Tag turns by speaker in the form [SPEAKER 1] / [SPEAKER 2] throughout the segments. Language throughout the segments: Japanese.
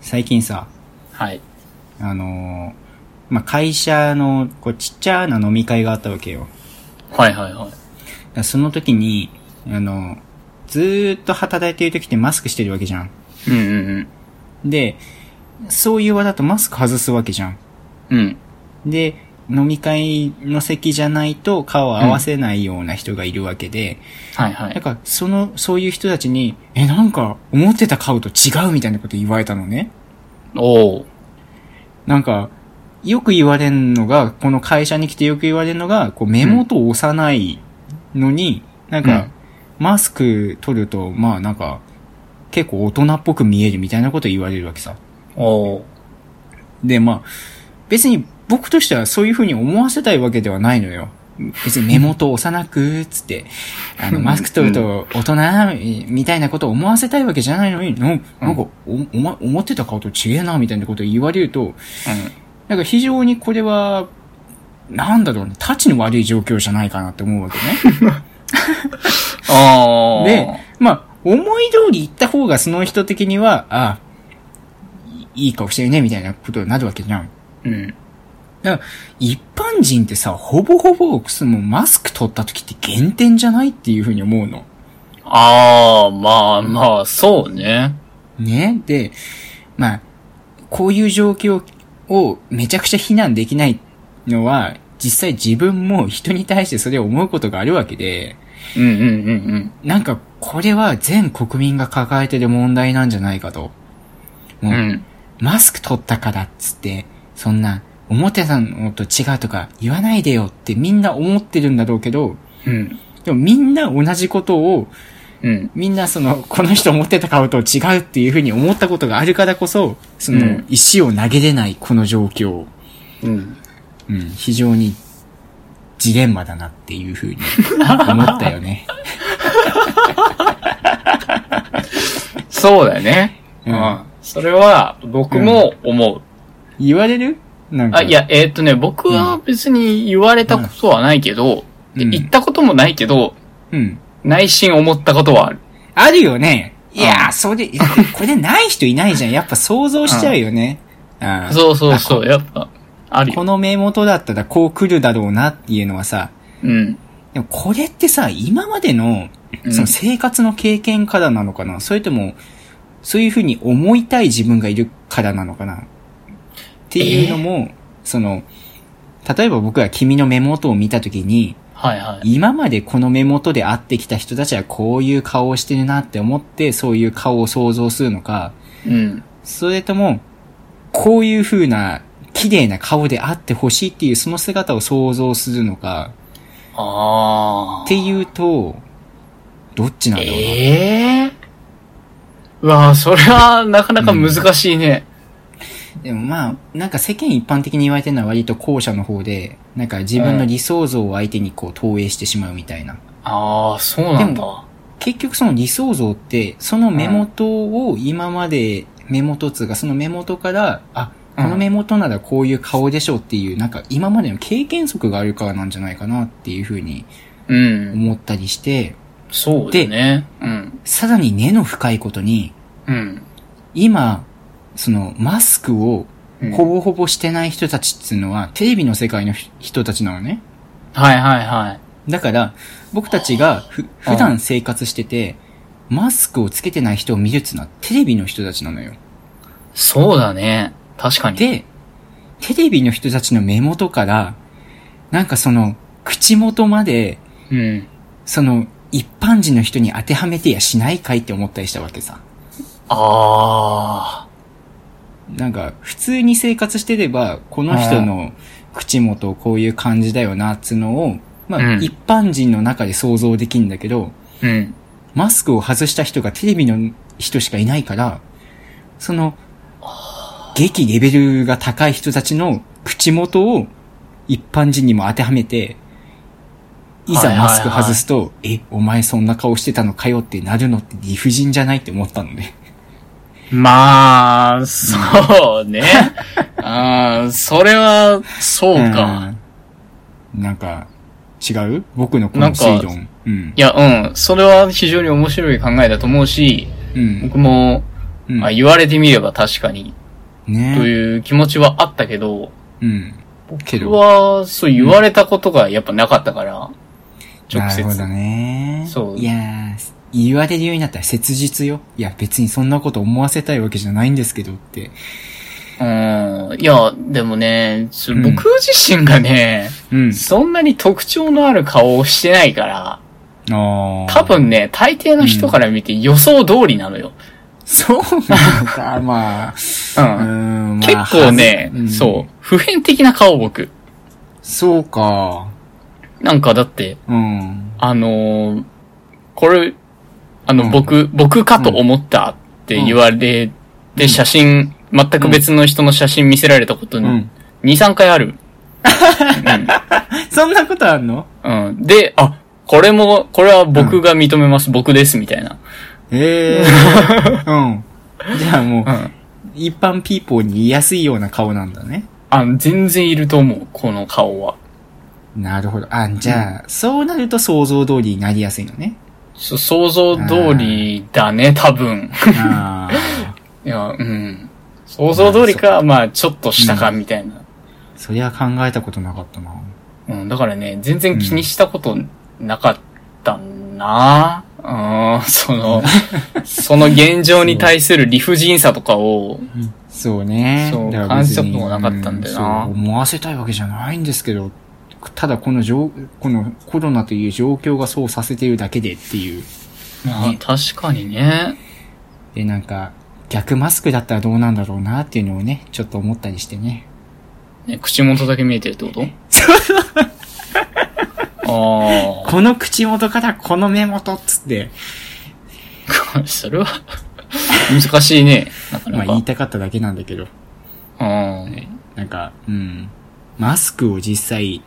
[SPEAKER 1] 最近さ、
[SPEAKER 2] はい。
[SPEAKER 1] あのーまあ、会社の、こう、ちっちゃな飲み会があったわけよ。
[SPEAKER 2] はいはい
[SPEAKER 1] だ
[SPEAKER 2] はい。
[SPEAKER 1] からその時に、あの、ずーっと働いてる時ってマスクしてるわけじゃん。
[SPEAKER 2] うんうん
[SPEAKER 1] で、そういう輪だとマスク外すわけじゃん。
[SPEAKER 2] うん。うん。
[SPEAKER 1] で、飲み会の席じゃないと顔を合わせないような人がいるわけで、
[SPEAKER 2] はいは
[SPEAKER 1] なん
[SPEAKER 2] い。
[SPEAKER 1] か、その、そういう人たちに、え、なんか、思ってた顔と違うみたいなこと言われたのね。
[SPEAKER 2] おお。
[SPEAKER 1] なんか、よく言われんのが、この会社に来てよく言われるのが、こう、目元を押さないのに、なんか、マスク取ると、まあなんか、結構大人っぽく見えるみたいなこと言われるわけさ。
[SPEAKER 2] おお。
[SPEAKER 1] で、まあ、別に僕としてはそういうふうに思わせたいわけではないのよ。別に目元を幼く、つ って、あの、マスク取ると大人、みたいなことを思わせたいわけじゃないのに、なんなんか、お、お前、思ってた顔と違えな、みたいなことを言われると、なんか非常にこれは、なんだろうね、立ちの悪い状況じゃないかなって思うわけね。
[SPEAKER 2] ああ。
[SPEAKER 1] で、まあ、思い通り言った方がその人的には、あいいい顔してるね、みたいなことになるわけじゃん。
[SPEAKER 2] うん。
[SPEAKER 1] だから、一般人ってさ、ほぼほぼ、そのマスク取った時って減点じゃないっていうふうに思うの。
[SPEAKER 2] ああ、まあまあ、そうね。
[SPEAKER 1] ね。で、まあ、こういう状況をめちゃくちゃ非難できないのは、実際自分も人に対してそれを思うことがあるわけで、
[SPEAKER 2] うんうんうん
[SPEAKER 1] なんか、これは全国民が抱えてる問題なんじゃないかと。もう、
[SPEAKER 2] うん。うん。
[SPEAKER 1] マスク取ったからっつって、そんな、思ってたのと違うとか言わないでよってみんな思ってるんだろうけど、
[SPEAKER 2] うん。
[SPEAKER 1] でもみんな同じことを、
[SPEAKER 2] うん。
[SPEAKER 1] みんなその、この人思ってた顔と違うっていうふうに思ったことがあるからこそ、その、
[SPEAKER 2] うん
[SPEAKER 1] 石を投げれないこの状況、
[SPEAKER 2] うん。
[SPEAKER 1] うん、非常に、ジレンマだなっていうふうに思ったよ ね。
[SPEAKER 2] そうだね。
[SPEAKER 1] う
[SPEAKER 2] うんん。それは、僕も思う。
[SPEAKER 1] 言われるなんか。
[SPEAKER 2] あ、い。や、えーっとね、僕は別に言われたことはないけど、
[SPEAKER 1] うん
[SPEAKER 2] で
[SPEAKER 1] うん
[SPEAKER 2] 言ったこともないけど、
[SPEAKER 1] うん。
[SPEAKER 2] 内心思ったことはある。
[SPEAKER 1] あるよね。いや
[SPEAKER 2] う
[SPEAKER 1] ー、それ、いや これない人いないじゃん。やっぱ想像しちゃうよね。あー
[SPEAKER 2] そうそうそう、やっぱ、ある
[SPEAKER 1] こ
[SPEAKER 2] よ。
[SPEAKER 1] の目元だったらこう来るだろうなっていうのはさ、
[SPEAKER 2] うん。
[SPEAKER 1] でもこれってさ、今までの、
[SPEAKER 2] うん
[SPEAKER 1] その生活の経験からなのかな、それとも、そういうふうに思いたい自分がいるからなのかなっていうのも、その、例えば僕は君の目元を見たときに、
[SPEAKER 2] はいはい。
[SPEAKER 1] 今までこの目元で会ってきた人たちはこういう顔をしてるなって思って、そういう顔を想像するのか、
[SPEAKER 2] うん。
[SPEAKER 1] それとも、こういう風な、綺麗な顔であってほしいっていうその姿を想像するのか、
[SPEAKER 2] ああ。
[SPEAKER 1] っていうと、どっちなんだろうな。
[SPEAKER 2] ええうわあ、それはなかなか難しいね。
[SPEAKER 1] でもまあ、なんか世間一般的に言われてるのは割と後者の方で、なんか自分の理想像を相手にこう投影してしまうみたいな。
[SPEAKER 2] ああ、そうなん
[SPEAKER 1] で
[SPEAKER 2] だ。
[SPEAKER 1] 結局その理想像って、その目元を今まで、目元っつうかその目元から、あ、この目元ならこういう顔でしょっていう、なんか今までの経験則があるからなんじゃないかなっていうふうに
[SPEAKER 2] うん。
[SPEAKER 1] 思ったりして、
[SPEAKER 2] そうだね。うん。
[SPEAKER 1] さらに根の深いことに、
[SPEAKER 2] うん。
[SPEAKER 1] 今、そのマスクを
[SPEAKER 2] うん
[SPEAKER 1] ほぼほぼしてない人たちっていうのは、テレビの世界の人たちなのね。
[SPEAKER 2] はいはいはい。
[SPEAKER 1] だから、僕たちがふ普段生活してて、マスクをつけてない人を見るっていうのはテレビの人たちなのよ。
[SPEAKER 2] そうだね。確かに。
[SPEAKER 1] で、テレビの人たちの目元から、なんかその、口元まで、
[SPEAKER 2] うん。
[SPEAKER 1] その、一般人の人に当てはめてやしないかいって思ったりしたわけさ。
[SPEAKER 2] ああ。
[SPEAKER 1] なんか、普通に生活してれば、この人の口元こういう感じだよな、っつうのを、まあ、
[SPEAKER 2] うん
[SPEAKER 1] 一般人の中で想像できるんだけど、
[SPEAKER 2] うん。
[SPEAKER 1] マスクを外した人がテレビの人しかいないから、その、激レベルが高い人たちの口元を一般人にも当てはめて、いざマスク外すと、え、お前そんな顔してたのかよってなるのって理不尽じゃないって思ったのね。
[SPEAKER 2] まあ、そう ね。ああ、それは、そうか。
[SPEAKER 1] うん。なんか、違う僕のこの推論。うん
[SPEAKER 2] い。や、うん。それは非常に面白い考えだと思うし、
[SPEAKER 1] うん。
[SPEAKER 2] 僕も、
[SPEAKER 1] うん
[SPEAKER 2] まあ言われてみれば確かに、
[SPEAKER 1] ね
[SPEAKER 2] という気持ちはあったけど、
[SPEAKER 1] うん。けど
[SPEAKER 2] 僕は、そう言われたことがやっぱなかったから、直接
[SPEAKER 1] なる。ほどね。
[SPEAKER 2] そう
[SPEAKER 1] いやー、言われるようになったら切実よ。いや、別にそんなこと思わせたいわけじゃないんですけどって。
[SPEAKER 2] うん。いや、でもね、ちょ
[SPEAKER 1] うん
[SPEAKER 2] 僕自身がね、
[SPEAKER 1] うん。
[SPEAKER 2] そんなに特徴のある顔をしてないから、
[SPEAKER 1] あー
[SPEAKER 2] 多。分ね、大抵の人から見て予想通りなのよ。
[SPEAKER 1] そうなのか、 まあ。
[SPEAKER 2] う
[SPEAKER 1] うー
[SPEAKER 2] ん。
[SPEAKER 1] ん、ま
[SPEAKER 2] 結
[SPEAKER 1] あ
[SPEAKER 2] 構ね、
[SPEAKER 1] はず
[SPEAKER 2] そう、普遍的な顔僕。
[SPEAKER 1] うん。そうか。
[SPEAKER 2] なんかだって、
[SPEAKER 1] うん。
[SPEAKER 2] あのーこれ、あの、
[SPEAKER 1] うん
[SPEAKER 2] 僕、僕かと思ったって言われ、で、写真、全く別の人の写真見せられたこと
[SPEAKER 1] う
[SPEAKER 2] に、
[SPEAKER 1] ん。
[SPEAKER 2] 2、3回ある。
[SPEAKER 1] そんなことあんの
[SPEAKER 2] うん。うんで、あ、これも、これは僕が認めます、僕です、みたいな。
[SPEAKER 1] ええうん。じゃあもう、
[SPEAKER 2] うん。
[SPEAKER 1] 一般ピーポーに言いやすいような顔なんだね。
[SPEAKER 2] あの、全然いると思う、この顔は。
[SPEAKER 1] なるほど。あ、じゃあ、そうなると想像通りになりやすいの ね。
[SPEAKER 2] そ想像通りだね、多分。
[SPEAKER 1] ああ。
[SPEAKER 2] いや、うん。想像通りか、まあ、ちょっとしたか、みたいな。
[SPEAKER 1] そりゃ考えたことなかったな。
[SPEAKER 2] うん、だからね、全然気にしたことなかったな、うん、 その、その現状に対する理不尽さとかを、
[SPEAKER 1] そうね。
[SPEAKER 2] そう
[SPEAKER 1] だから別に
[SPEAKER 2] 感じたこともなかったんだよ
[SPEAKER 1] う
[SPEAKER 2] な
[SPEAKER 1] そう思わせたいわけじゃないんですけど、ただこの状、このコロナという状況がそうさせているだけでっていう。
[SPEAKER 2] まあ
[SPEAKER 1] ね
[SPEAKER 2] 確かにね、
[SPEAKER 1] で、なんか、逆マスクだったらどうなんだろうなっていうのをね、ちょっと思ったりしてね。
[SPEAKER 2] ね口元だけ見えてるって ことあ
[SPEAKER 1] この口元からこの目元っつって、
[SPEAKER 2] あ、それは難しいね。なか
[SPEAKER 1] ま
[SPEAKER 2] な
[SPEAKER 1] あ言
[SPEAKER 2] か
[SPEAKER 1] い。たかっただけなんだけど、
[SPEAKER 2] うん
[SPEAKER 1] なんか、うん。マスクを実際、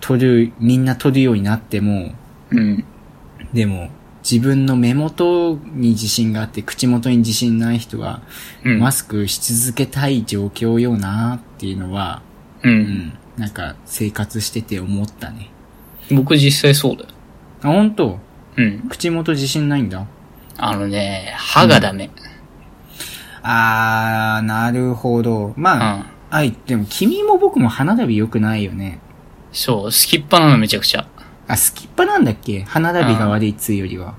[SPEAKER 1] 取る、みんな取るようになっても、
[SPEAKER 2] うん。
[SPEAKER 1] でも、自分の目元に自信があって、口元に自信ない人は、
[SPEAKER 2] うん。
[SPEAKER 1] マスクし続けたい状況よなっていうのは、
[SPEAKER 2] う。
[SPEAKER 1] うんん、なんか生活してて思ったね。
[SPEAKER 2] 僕実際そうだよ。
[SPEAKER 1] あ、ほんと
[SPEAKER 2] うん。
[SPEAKER 1] 口元自信ないんだ。
[SPEAKER 2] あのね、歯がダメ。
[SPEAKER 1] あー、なるほど。
[SPEAKER 2] うん。
[SPEAKER 1] まあ、あい、でも君も僕も花火良くないよね。
[SPEAKER 2] そう、好きっぱなのめちゃくちゃ。
[SPEAKER 1] あ、すきっぱなんだっけ花火が悪いっつうよりは。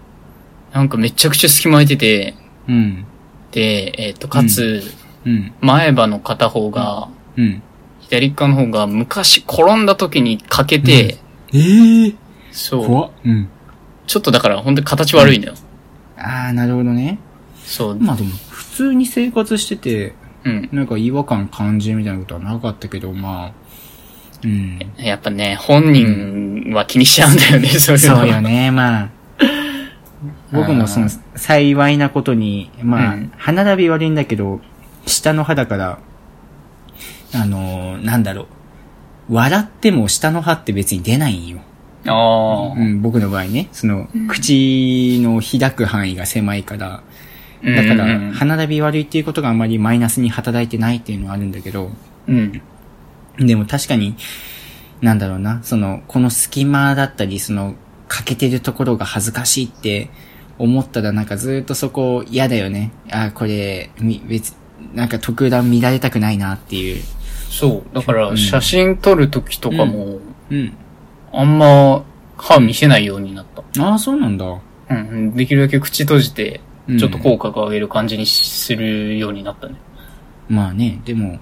[SPEAKER 2] なんかめちゃくちゃ隙間空いてて、
[SPEAKER 1] うん。
[SPEAKER 2] で、えっ、と、かつ、
[SPEAKER 1] うん。
[SPEAKER 2] 前歯の片方が、
[SPEAKER 1] うん。
[SPEAKER 2] 左側の方が昔転んだ時に欠けて、
[SPEAKER 1] えー、
[SPEAKER 2] そう、
[SPEAKER 1] 怖っ。うん。
[SPEAKER 2] ちょっとだから本当に形悪いんだよ。
[SPEAKER 1] あー、なるほどね。
[SPEAKER 2] そう、
[SPEAKER 1] まあでも、普通に生活してて、
[SPEAKER 2] うん。
[SPEAKER 1] なんか違和感感じるみたいなことはなかったけど、まあ、うん。
[SPEAKER 2] やっぱね、本人は気にしちゃうんだよね、そういうの。
[SPEAKER 1] そうよね、まあ。僕もその
[SPEAKER 2] あ、
[SPEAKER 1] 幸いなことに、まあ、
[SPEAKER 2] うん
[SPEAKER 1] 花並び悪いんだけど、下の歯だから、あのーなんだろう。笑っても下の歯って別に出ないんよ。
[SPEAKER 2] あ
[SPEAKER 1] う
[SPEAKER 2] あ。
[SPEAKER 1] ん、僕の場合ね。その、口の開く範囲が狭いから、だか
[SPEAKER 2] う
[SPEAKER 1] ら、
[SPEAKER 2] ん
[SPEAKER 1] 歯並び悪いっていうことがあまりマイナスに働いてないっていうのはあるんだけど、
[SPEAKER 2] うん。
[SPEAKER 1] でも確かに、なんだろうな、その、この隙間だったり、その、欠けてるところが恥ずかしいって思ったらなんかずっとそこ嫌だよね。あーこれ、み、別、なんか特段見られたくないなっていう。
[SPEAKER 2] そう、だか
[SPEAKER 1] う
[SPEAKER 2] ら
[SPEAKER 1] ん
[SPEAKER 2] 写真撮る時とかも、
[SPEAKER 1] うん。
[SPEAKER 2] あんま歯見せないようになった。
[SPEAKER 1] ああ、そうなんだ。
[SPEAKER 2] うん。できるだけ口閉じて、
[SPEAKER 1] うん
[SPEAKER 2] ちょっと口角上げる感じにするようになったね。
[SPEAKER 1] まあね、でも、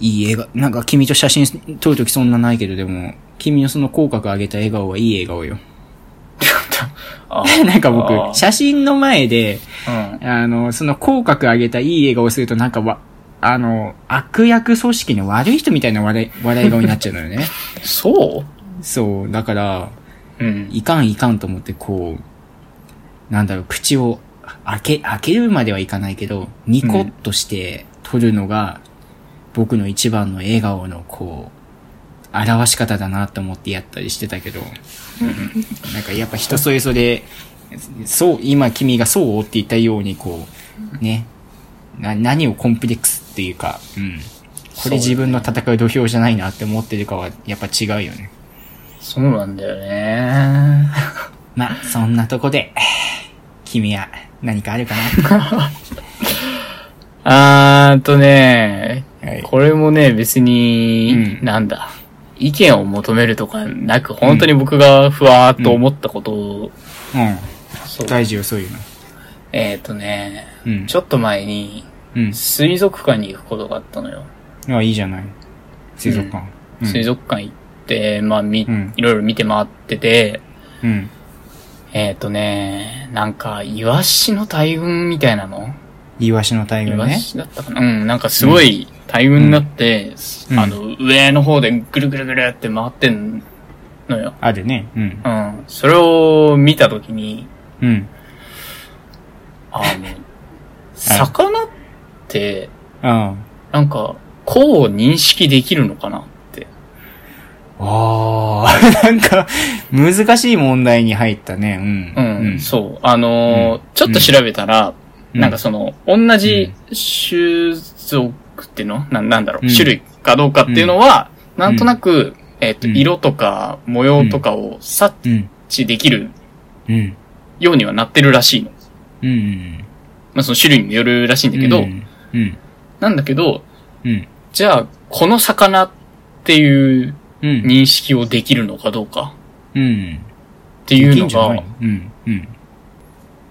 [SPEAKER 1] いい笑顔、なんか君と写真撮るときそんなないけど、でも、君のその口角上げた笑顔はいい笑顔よ。
[SPEAKER 2] あ
[SPEAKER 1] なんか
[SPEAKER 2] あー
[SPEAKER 1] 僕、写真の前で、
[SPEAKER 2] うん。
[SPEAKER 1] あの、その口角上げたいい笑顔をするとなんかわ、あの、悪役組織の悪い人みたいな笑い、笑い顔になっちゃうのよね。
[SPEAKER 2] そ
[SPEAKER 1] そう、だから、
[SPEAKER 2] ううん。
[SPEAKER 1] いかんいかんと思ってこう、なんだろう、口を開け、開けるまではいかないけど、ニコッとして撮るのが、僕の一番の笑顔のこう、表し方だなと思ってやったりしてたけど、なんかやっぱ人それぞれ、そう、今君がそうって言ったようにこう、ね、な、何をコンプレックスっていうか、うん。これ自分の戦う土俵じゃないなって思ってるかは、やっぱ違うよね。
[SPEAKER 2] そうなんだよね。
[SPEAKER 1] まあ、そんなとこで、君は何かあるかな
[SPEAKER 2] あーっとね、
[SPEAKER 1] はい
[SPEAKER 2] これもね、別に、
[SPEAKER 1] うん
[SPEAKER 2] なんだ、意見を求めるとかなく、本当に僕がふわーっと思ったことを、そ
[SPEAKER 1] うん。
[SPEAKER 2] う
[SPEAKER 1] 大事よ、そういうの。
[SPEAKER 2] えーっとね、
[SPEAKER 1] うん。
[SPEAKER 2] ちょっと前に、
[SPEAKER 1] うん。
[SPEAKER 2] 水族館に行くことがあったのよ。
[SPEAKER 1] あ、いいじゃない。水族館。うん
[SPEAKER 2] 水族館行って、まあ、み、
[SPEAKER 1] うん
[SPEAKER 2] いろいろ見て回ってて、
[SPEAKER 1] うん。
[SPEAKER 2] えーっ、とね、なんか、イワシの大群みたいなの
[SPEAKER 1] イワシの大
[SPEAKER 2] イ
[SPEAKER 1] 群
[SPEAKER 2] ワ
[SPEAKER 1] ね。
[SPEAKER 2] シだったかなうん、なんかすごい大群になって、
[SPEAKER 1] うん
[SPEAKER 2] あの、上の方でぐるぐるぐるって回ってんのよ。
[SPEAKER 1] あるね。うん。
[SPEAKER 2] うん。それを見たときに、
[SPEAKER 1] うん。
[SPEAKER 2] あ の、魚って、
[SPEAKER 1] あ
[SPEAKER 2] なんか、こう認識できるのかなって。
[SPEAKER 1] あー。なんか、難しい問題に入ったね。う。
[SPEAKER 2] うんん、そう。あのー
[SPEAKER 1] うん
[SPEAKER 2] ちょっと調べたら、
[SPEAKER 1] うん
[SPEAKER 2] なんかその、同じ種族っていうのななんだろう、
[SPEAKER 1] うん
[SPEAKER 2] 種類かどうかっていうのは、なんとなく、えっ、と、
[SPEAKER 1] うん
[SPEAKER 2] 色とか模様とかを察
[SPEAKER 1] うん。うん。
[SPEAKER 2] 知できる
[SPEAKER 1] うん。
[SPEAKER 2] ようにはなってるらしいの。
[SPEAKER 1] うん。うん。
[SPEAKER 2] まあその種類にもよるらしいんだけ
[SPEAKER 1] う
[SPEAKER 2] ど、
[SPEAKER 1] ん。うん。
[SPEAKER 2] なんだけど、
[SPEAKER 1] うん。
[SPEAKER 2] じゃあ、この魚っていう
[SPEAKER 1] うん。
[SPEAKER 2] 認識をできるのかどうか
[SPEAKER 1] うん。
[SPEAKER 2] っていう
[SPEAKER 1] でき
[SPEAKER 2] の
[SPEAKER 1] んじゃない
[SPEAKER 2] が、
[SPEAKER 1] うん。うん。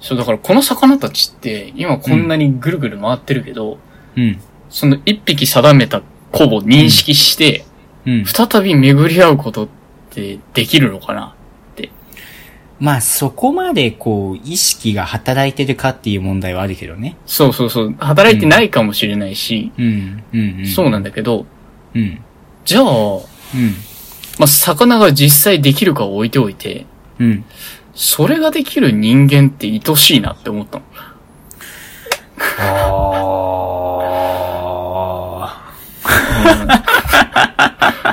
[SPEAKER 2] そうだからこの魚たちって今こんなにぐるぐる回ってるけど、
[SPEAKER 1] うん。
[SPEAKER 2] その一匹定めた個を認識して、
[SPEAKER 1] うん。
[SPEAKER 2] 再び巡り合うことってできるのかな
[SPEAKER 1] まあ、そこまで、こう、意識が働いてるかっていう問題はあるけどね。
[SPEAKER 2] そうそうそう。働いてないかもしれないし、
[SPEAKER 1] うん。うん。
[SPEAKER 2] そうなんんだけど、
[SPEAKER 1] うん。
[SPEAKER 2] じゃあ、ま
[SPEAKER 1] うん。
[SPEAKER 2] あ、魚が実際できるかを置いておいて、
[SPEAKER 1] うん。
[SPEAKER 2] それができる人間って愛しいなって 思ったの。
[SPEAKER 1] あ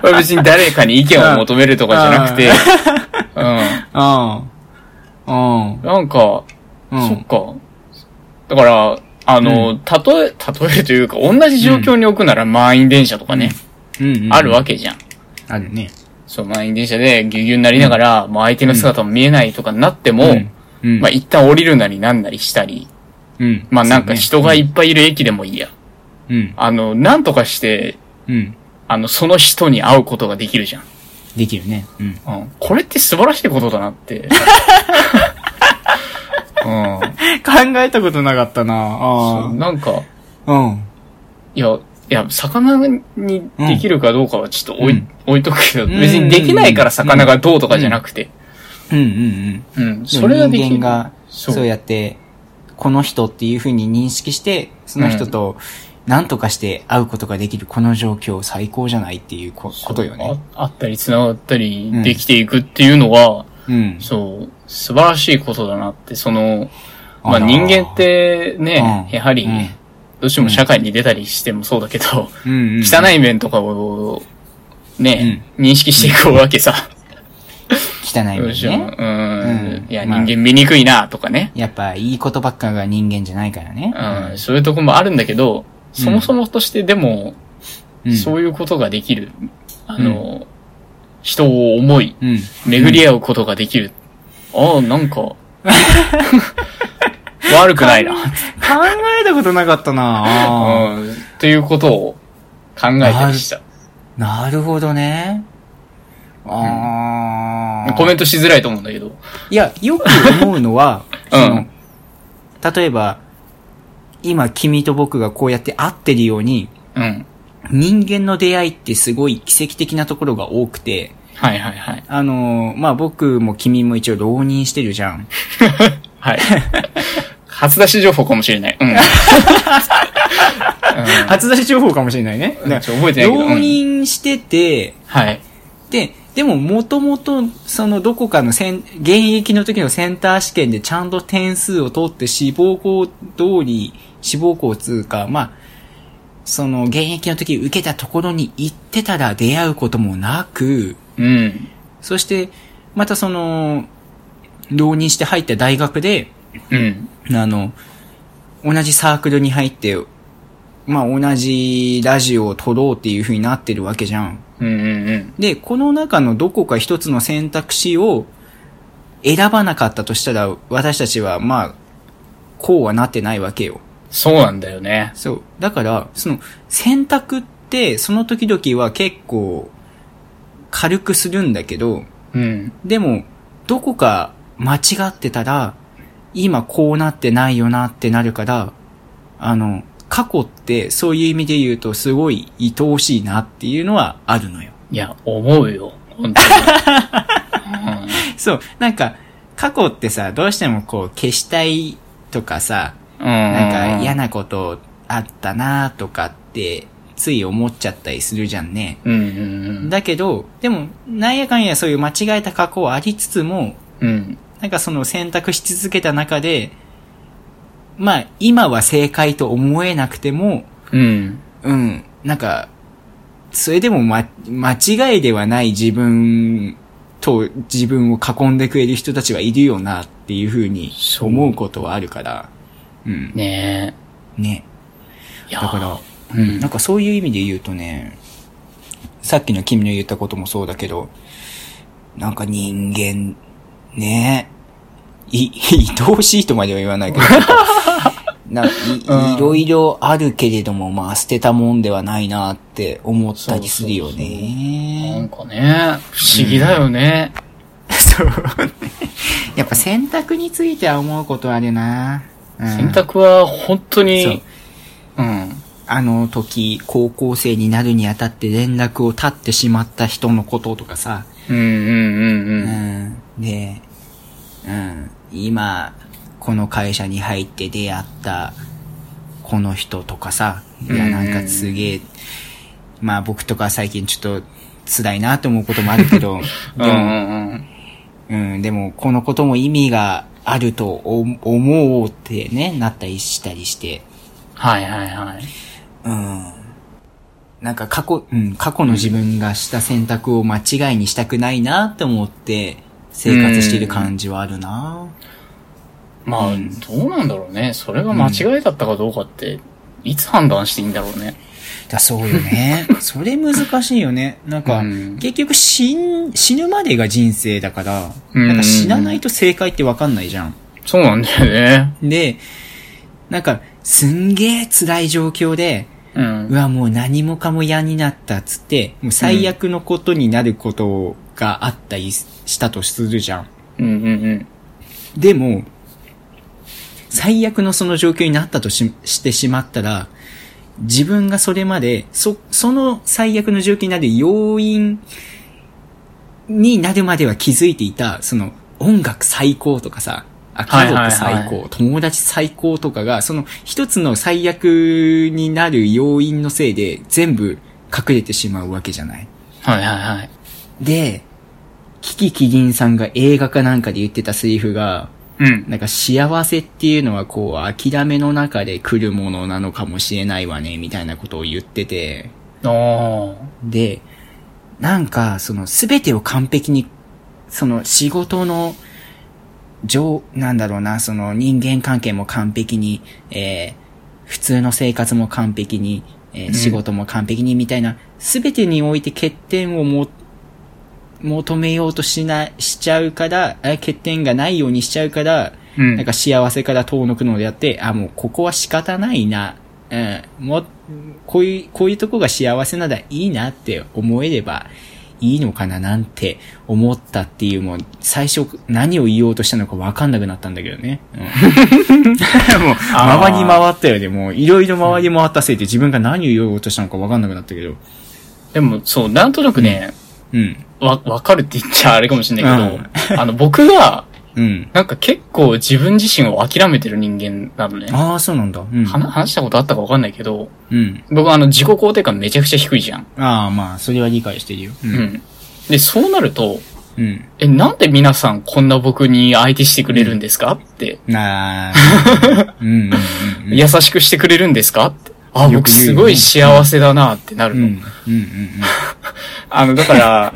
[SPEAKER 2] これ別に誰かに意見を求めるとかじゃなくて、う
[SPEAKER 1] あ。うん。
[SPEAKER 2] ん。なんか、
[SPEAKER 1] う
[SPEAKER 2] そ
[SPEAKER 1] ん
[SPEAKER 2] っ。か。だから、あの、たとえ、例えというか、同じ状況に置くなら満員電車とかね、
[SPEAKER 1] うん。
[SPEAKER 2] あるわけじゃん。
[SPEAKER 1] あるね。
[SPEAKER 2] そう、満員電車でぎゅうぎゅうになりながら、もう相手の姿も見えないとかになっても、
[SPEAKER 1] んうん。
[SPEAKER 2] まあ一旦降りるなりなんなりしたり、
[SPEAKER 1] うん。
[SPEAKER 2] まあなんか人がい
[SPEAKER 1] っ
[SPEAKER 2] っぱいいる駅でもいいや。
[SPEAKER 1] うん。
[SPEAKER 2] あの、なんとかして、
[SPEAKER 1] うん。
[SPEAKER 2] あの、その人に会うことができるじゃん。
[SPEAKER 1] できるね。うん。
[SPEAKER 2] うん。これって素晴らしいことだ なって。うん
[SPEAKER 1] 考えたことなかったな
[SPEAKER 2] そ
[SPEAKER 1] あ
[SPEAKER 2] う。なんか、
[SPEAKER 1] あ。うん。
[SPEAKER 2] いや、いや、魚にできるかどうかはちょっと置い,、
[SPEAKER 1] うん
[SPEAKER 2] 置いとくけど、
[SPEAKER 1] ん
[SPEAKER 2] 別にできないから魚がどうとかじゃなくて。
[SPEAKER 1] うんうん
[SPEAKER 2] うん。
[SPEAKER 1] うん。
[SPEAKER 2] それができる。
[SPEAKER 1] 人間が、
[SPEAKER 2] そう
[SPEAKER 1] そうやって、この人っていうふうに認識して、その人と、何とかして会うことができるこの状況最高じゃないっていうこことよね。
[SPEAKER 2] ああったり、繋がったり
[SPEAKER 1] うん、
[SPEAKER 2] できていくっていうのは、
[SPEAKER 1] うん。
[SPEAKER 2] そう、素晴らしいことだなって、その、ま
[SPEAKER 1] あ
[SPEAKER 2] あ
[SPEAKER 1] ら
[SPEAKER 2] 人間ってね、
[SPEAKER 1] うん
[SPEAKER 2] やはり、
[SPEAKER 1] うん
[SPEAKER 2] どうしても社会に出たりしてもそうだけど、
[SPEAKER 1] うんうん。
[SPEAKER 2] 汚い面とかを、ね、認識していくわけさ。
[SPEAKER 1] 汚い
[SPEAKER 2] ど
[SPEAKER 1] もん
[SPEAKER 2] うしよう。
[SPEAKER 1] ね。
[SPEAKER 2] うん
[SPEAKER 1] う。ん
[SPEAKER 2] いや、
[SPEAKER 1] まあ
[SPEAKER 2] 人間醜いな、とかね。
[SPEAKER 1] やっぱ、いいことばっかが人間じゃないからね。
[SPEAKER 2] うん、そういうとこもあるんだけど、そもそもとしてでも、
[SPEAKER 1] うん
[SPEAKER 2] そういうことができる。あの、人を思い、
[SPEAKER 1] うん。
[SPEAKER 2] 巡り合うことができる。ああ、なんか、悪くないな。
[SPEAKER 1] 考えたことなかった なあ
[SPEAKER 2] うん、ということを考えてました。
[SPEAKER 1] ーなるほどね。ああ、
[SPEAKER 2] コメントしづらいと思うんだけど。
[SPEAKER 1] いや、よく思うの は、
[SPEAKER 2] うん
[SPEAKER 1] その、例えば、今君と僕がこうやって会ってるように、
[SPEAKER 2] うん。
[SPEAKER 1] 人間の出会いってすごい奇跡的なところが多くて、
[SPEAKER 2] はいはいはい。
[SPEAKER 1] あのーまあ、僕も君も一応浪人してるじゃん。
[SPEAKER 2] はい。 初出し情報かもしれない。 うん。うん
[SPEAKER 1] 初出し情報かもしれないね。
[SPEAKER 2] ちょ覚えてないけど。
[SPEAKER 1] 浪
[SPEAKER 2] うん
[SPEAKER 1] 人してて、
[SPEAKER 2] はい。
[SPEAKER 1] で、でももともと、そのどこかのせん、現役の時のセンター試験でちゃんと点数を取って志望校通り、志望校通過、まあ、その現役の時受けたところに行ってたら出会うこともなく、
[SPEAKER 2] うん。
[SPEAKER 1] そして、またその、浪人して入った大学で、
[SPEAKER 2] うん。
[SPEAKER 1] あの、同じサークルに入って、まあ同じラジオを撮ろうっていう風になってるわけじゃん。
[SPEAKER 2] うんうんうん。
[SPEAKER 1] で、この中のどこか一つの選択肢を選ばなかったとしたら、私たちは、まあ、こうはなってないわけよ。
[SPEAKER 2] そうなんだよね。
[SPEAKER 1] そう。だから、その、選択って、その時々は結構、軽くするんだけど、
[SPEAKER 2] うん。
[SPEAKER 1] でも、どこか間違ってたら、今こうなってないよなってなるから、あの、過去ってそういう意味で言うとすごい愛おしいなっていうのはあるのよ。
[SPEAKER 2] いや、思うよ。本当 に。
[SPEAKER 1] そう、なんか、過去ってさ、どうしてもこう消したいとかさ、
[SPEAKER 2] うん。な
[SPEAKER 1] なんか嫌
[SPEAKER 2] な。
[SPEAKER 1] なことあったなとかって、つい思っちゃったりするじゃんね。
[SPEAKER 2] うんうん
[SPEAKER 1] だけど、でも、なんやかんやそういう間違えた過去はありつつも、
[SPEAKER 2] うん。うん。
[SPEAKER 1] なんかその選択し続けた中で、まあ、今は正解と思えなくても、
[SPEAKER 2] うん。
[SPEAKER 1] うん、なんか、それでもま、間違いではない自分と自分を囲んでくれる人たちはいるよなっていうふうに
[SPEAKER 2] そう
[SPEAKER 1] 思うことはあるから、うん、
[SPEAKER 2] ね
[SPEAKER 1] ね。
[SPEAKER 2] え。いや
[SPEAKER 1] だから、
[SPEAKER 2] ら、うん
[SPEAKER 1] な。んかそういう意味で言うとね、さっきの君の言ったこともそうだけど、なんか人間、ねい、 愛おしいとまでは言わないけ ど、なんか
[SPEAKER 2] うん
[SPEAKER 1] いいろいろあるけれども、まあ捨てたもんではないなって思ったりするよ
[SPEAKER 2] な
[SPEAKER 1] ね
[SPEAKER 2] ん。かね、不思議だよね。
[SPEAKER 1] そうね。やっぱ選択については思うことあるな。うん
[SPEAKER 2] 選択は本当に、うん。
[SPEAKER 1] あの時、高校生になるにあたって連絡を絶ってしまった人のこととかさ。
[SPEAKER 2] うんうんう
[SPEAKER 1] うん
[SPEAKER 2] うん。
[SPEAKER 1] ん。で、うん。今、この会社に入って出会った、この人とかさ。いや、
[SPEAKER 2] うん
[SPEAKER 1] なんかすげえ、まあ僕とか最近ちょっと辛いなと思うこともあるけ ど、
[SPEAKER 2] うんう
[SPEAKER 1] でも、
[SPEAKER 2] んうん。
[SPEAKER 1] うん、でもこのことも意味があると思思おうってね、なったりしたりして。
[SPEAKER 2] はいはいはい。
[SPEAKER 1] うん。なんか過去、うん、過去の自分がした選択を間違いにしたくないなって思って生活してる感じはあるな、
[SPEAKER 2] まあ、どうなんだろうね。それが間違いだったかどうかって、いつ判断していいんだろうね。
[SPEAKER 1] だそうよ ね。それ難しいよね。なんか、
[SPEAKER 2] うん
[SPEAKER 1] 結局死ん、死ぬまでが人生だから、
[SPEAKER 2] うん
[SPEAKER 1] なんか死なないと正解ってわかんないじゃん。
[SPEAKER 2] そうなんだよね。
[SPEAKER 1] で、なんか、すんげえ辛い状況で、う
[SPEAKER 2] う。
[SPEAKER 1] んわ、もう何もかも嫌になったっつって、もう最悪のことになることがあったりしたとするじゃん。
[SPEAKER 2] うんうんうん。
[SPEAKER 1] でも、最悪のその状況になったとししてしまったら、自分がそれまで、そ、その最悪の状況になる要因になるまでは気づいていた、その音楽最高とかさ、あ
[SPEAKER 2] はい
[SPEAKER 1] 家
[SPEAKER 2] はいはい
[SPEAKER 1] 族最高、友達最高とかが、その一つの最悪になる要因のせいで全部隠れてしまうわけじゃない。
[SPEAKER 2] はいはいはい。
[SPEAKER 1] で、キキキリンさんが映画かなんかで言ってたセリフが、
[SPEAKER 2] うん。
[SPEAKER 1] なんか幸せっていうのはこう諦めの中で来るものなのかもしれないわね、みたいなことを言ってて。
[SPEAKER 2] あー
[SPEAKER 1] で、なんかその全てを完璧に、その仕事の、上、なんだろうな、その人間関係も完璧に、えー普通の生活も完璧に、えー仕事も完欠にみたいな、全てにおいて欠点をも、求めようとしな、しちゃうから、あ欠点がないようにしちゃうから、
[SPEAKER 2] うん。
[SPEAKER 1] なんか幸せから遠のくのであって、あ、もうここは仕方ないな。うん。もう、こういう、こういうとこが幸せならいいなって思えればいいのかななんて思ったっていう、もう最初何を言おうとしたのかわかんなくなったんだけどね。うん、もう、
[SPEAKER 2] あー
[SPEAKER 1] 回り回ったよね。もう、いろいろ回り回ったせいで自分が何を言おうとしたのかわかんなくなったけど。
[SPEAKER 2] でも、そう、なんとなくね、
[SPEAKER 1] うん。
[SPEAKER 2] わ、わかるって言っちゃあれかもしれないけ ど、あの、僕が、
[SPEAKER 1] うん。
[SPEAKER 2] なんか結構自分自身を諦めてる人間なのね。
[SPEAKER 1] ああ、そうなんだ。うん。
[SPEAKER 2] 話話したことあったかわかんないけど、
[SPEAKER 1] うん。
[SPEAKER 2] 僕はあの自己肯定感めちゃくちゃ低いじゃん。
[SPEAKER 1] ああ、まあ、それは理解してるよ。う
[SPEAKER 2] う。ん。で、そうなると、
[SPEAKER 1] うん。
[SPEAKER 2] え、なんで皆さんこんな僕に相手してくれるんですかって、
[SPEAKER 1] なあ。うんうんうんうん。
[SPEAKER 2] 優しくしてくれるんですかって。あ、
[SPEAKER 1] よ
[SPEAKER 2] 僕
[SPEAKER 1] く言うよね
[SPEAKER 2] すごい幸せだなってなる
[SPEAKER 1] うん
[SPEAKER 2] の。
[SPEAKER 1] うんうん
[SPEAKER 2] あの、だから、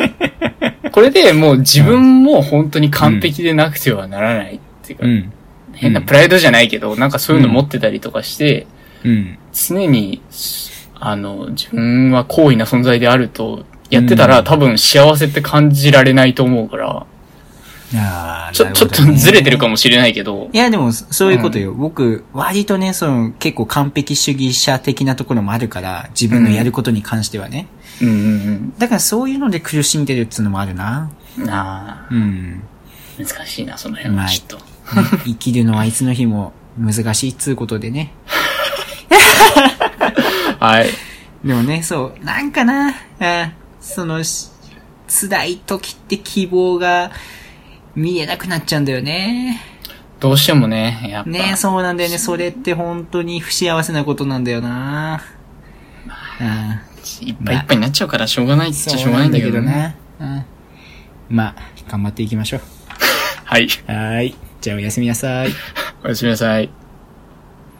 [SPEAKER 2] これでもう自分も本当に完璧でなくてはならないっていうか、
[SPEAKER 1] うん。うん。
[SPEAKER 2] 変なプライドじゃないけど、なんかそういうの持ってたりとかして、
[SPEAKER 1] うん。
[SPEAKER 2] 常に、あの、自分は高位な存在であると、やってたら、
[SPEAKER 1] うん
[SPEAKER 2] 多分幸せって感じられないと思うから、
[SPEAKER 1] あー
[SPEAKER 2] ちょ、
[SPEAKER 1] な
[SPEAKER 2] ちょ
[SPEAKER 1] ほ
[SPEAKER 2] っ
[SPEAKER 1] ど
[SPEAKER 2] と
[SPEAKER 1] ね
[SPEAKER 2] ずれてるかもしれないけど、
[SPEAKER 1] いや、でも、そそういうことよ。僕、割とね、その、結構完璧主義者的なところもあるから、自分のやることに関してはね。
[SPEAKER 2] うんうん
[SPEAKER 1] だから、そういうので苦しんでるっつうのもあるな。
[SPEAKER 2] うん。ああ、
[SPEAKER 1] うん。
[SPEAKER 2] 難しいな、その辺は。
[SPEAKER 1] はい
[SPEAKER 2] ちょっと。
[SPEAKER 1] 生きるのはいつの日も難しいっつうことでね。
[SPEAKER 2] はい。
[SPEAKER 1] でもね、そう、なんかな、あその、し辛い時って希望が見えなくなっちゃうんだよね。
[SPEAKER 2] どうしてもね、やっぱ。
[SPEAKER 1] ねそうなんだよね。それって本当に不幸せなことなんだよな。うん
[SPEAKER 2] いっぱいいっぱいになっちゃうから、しょうがないっちゃしょうがないんだけどね。。
[SPEAKER 1] うん。まあ、頑張っていきましょう。
[SPEAKER 2] はい。
[SPEAKER 1] はーい。じゃあおやすみなさい。
[SPEAKER 2] おやすみなさい。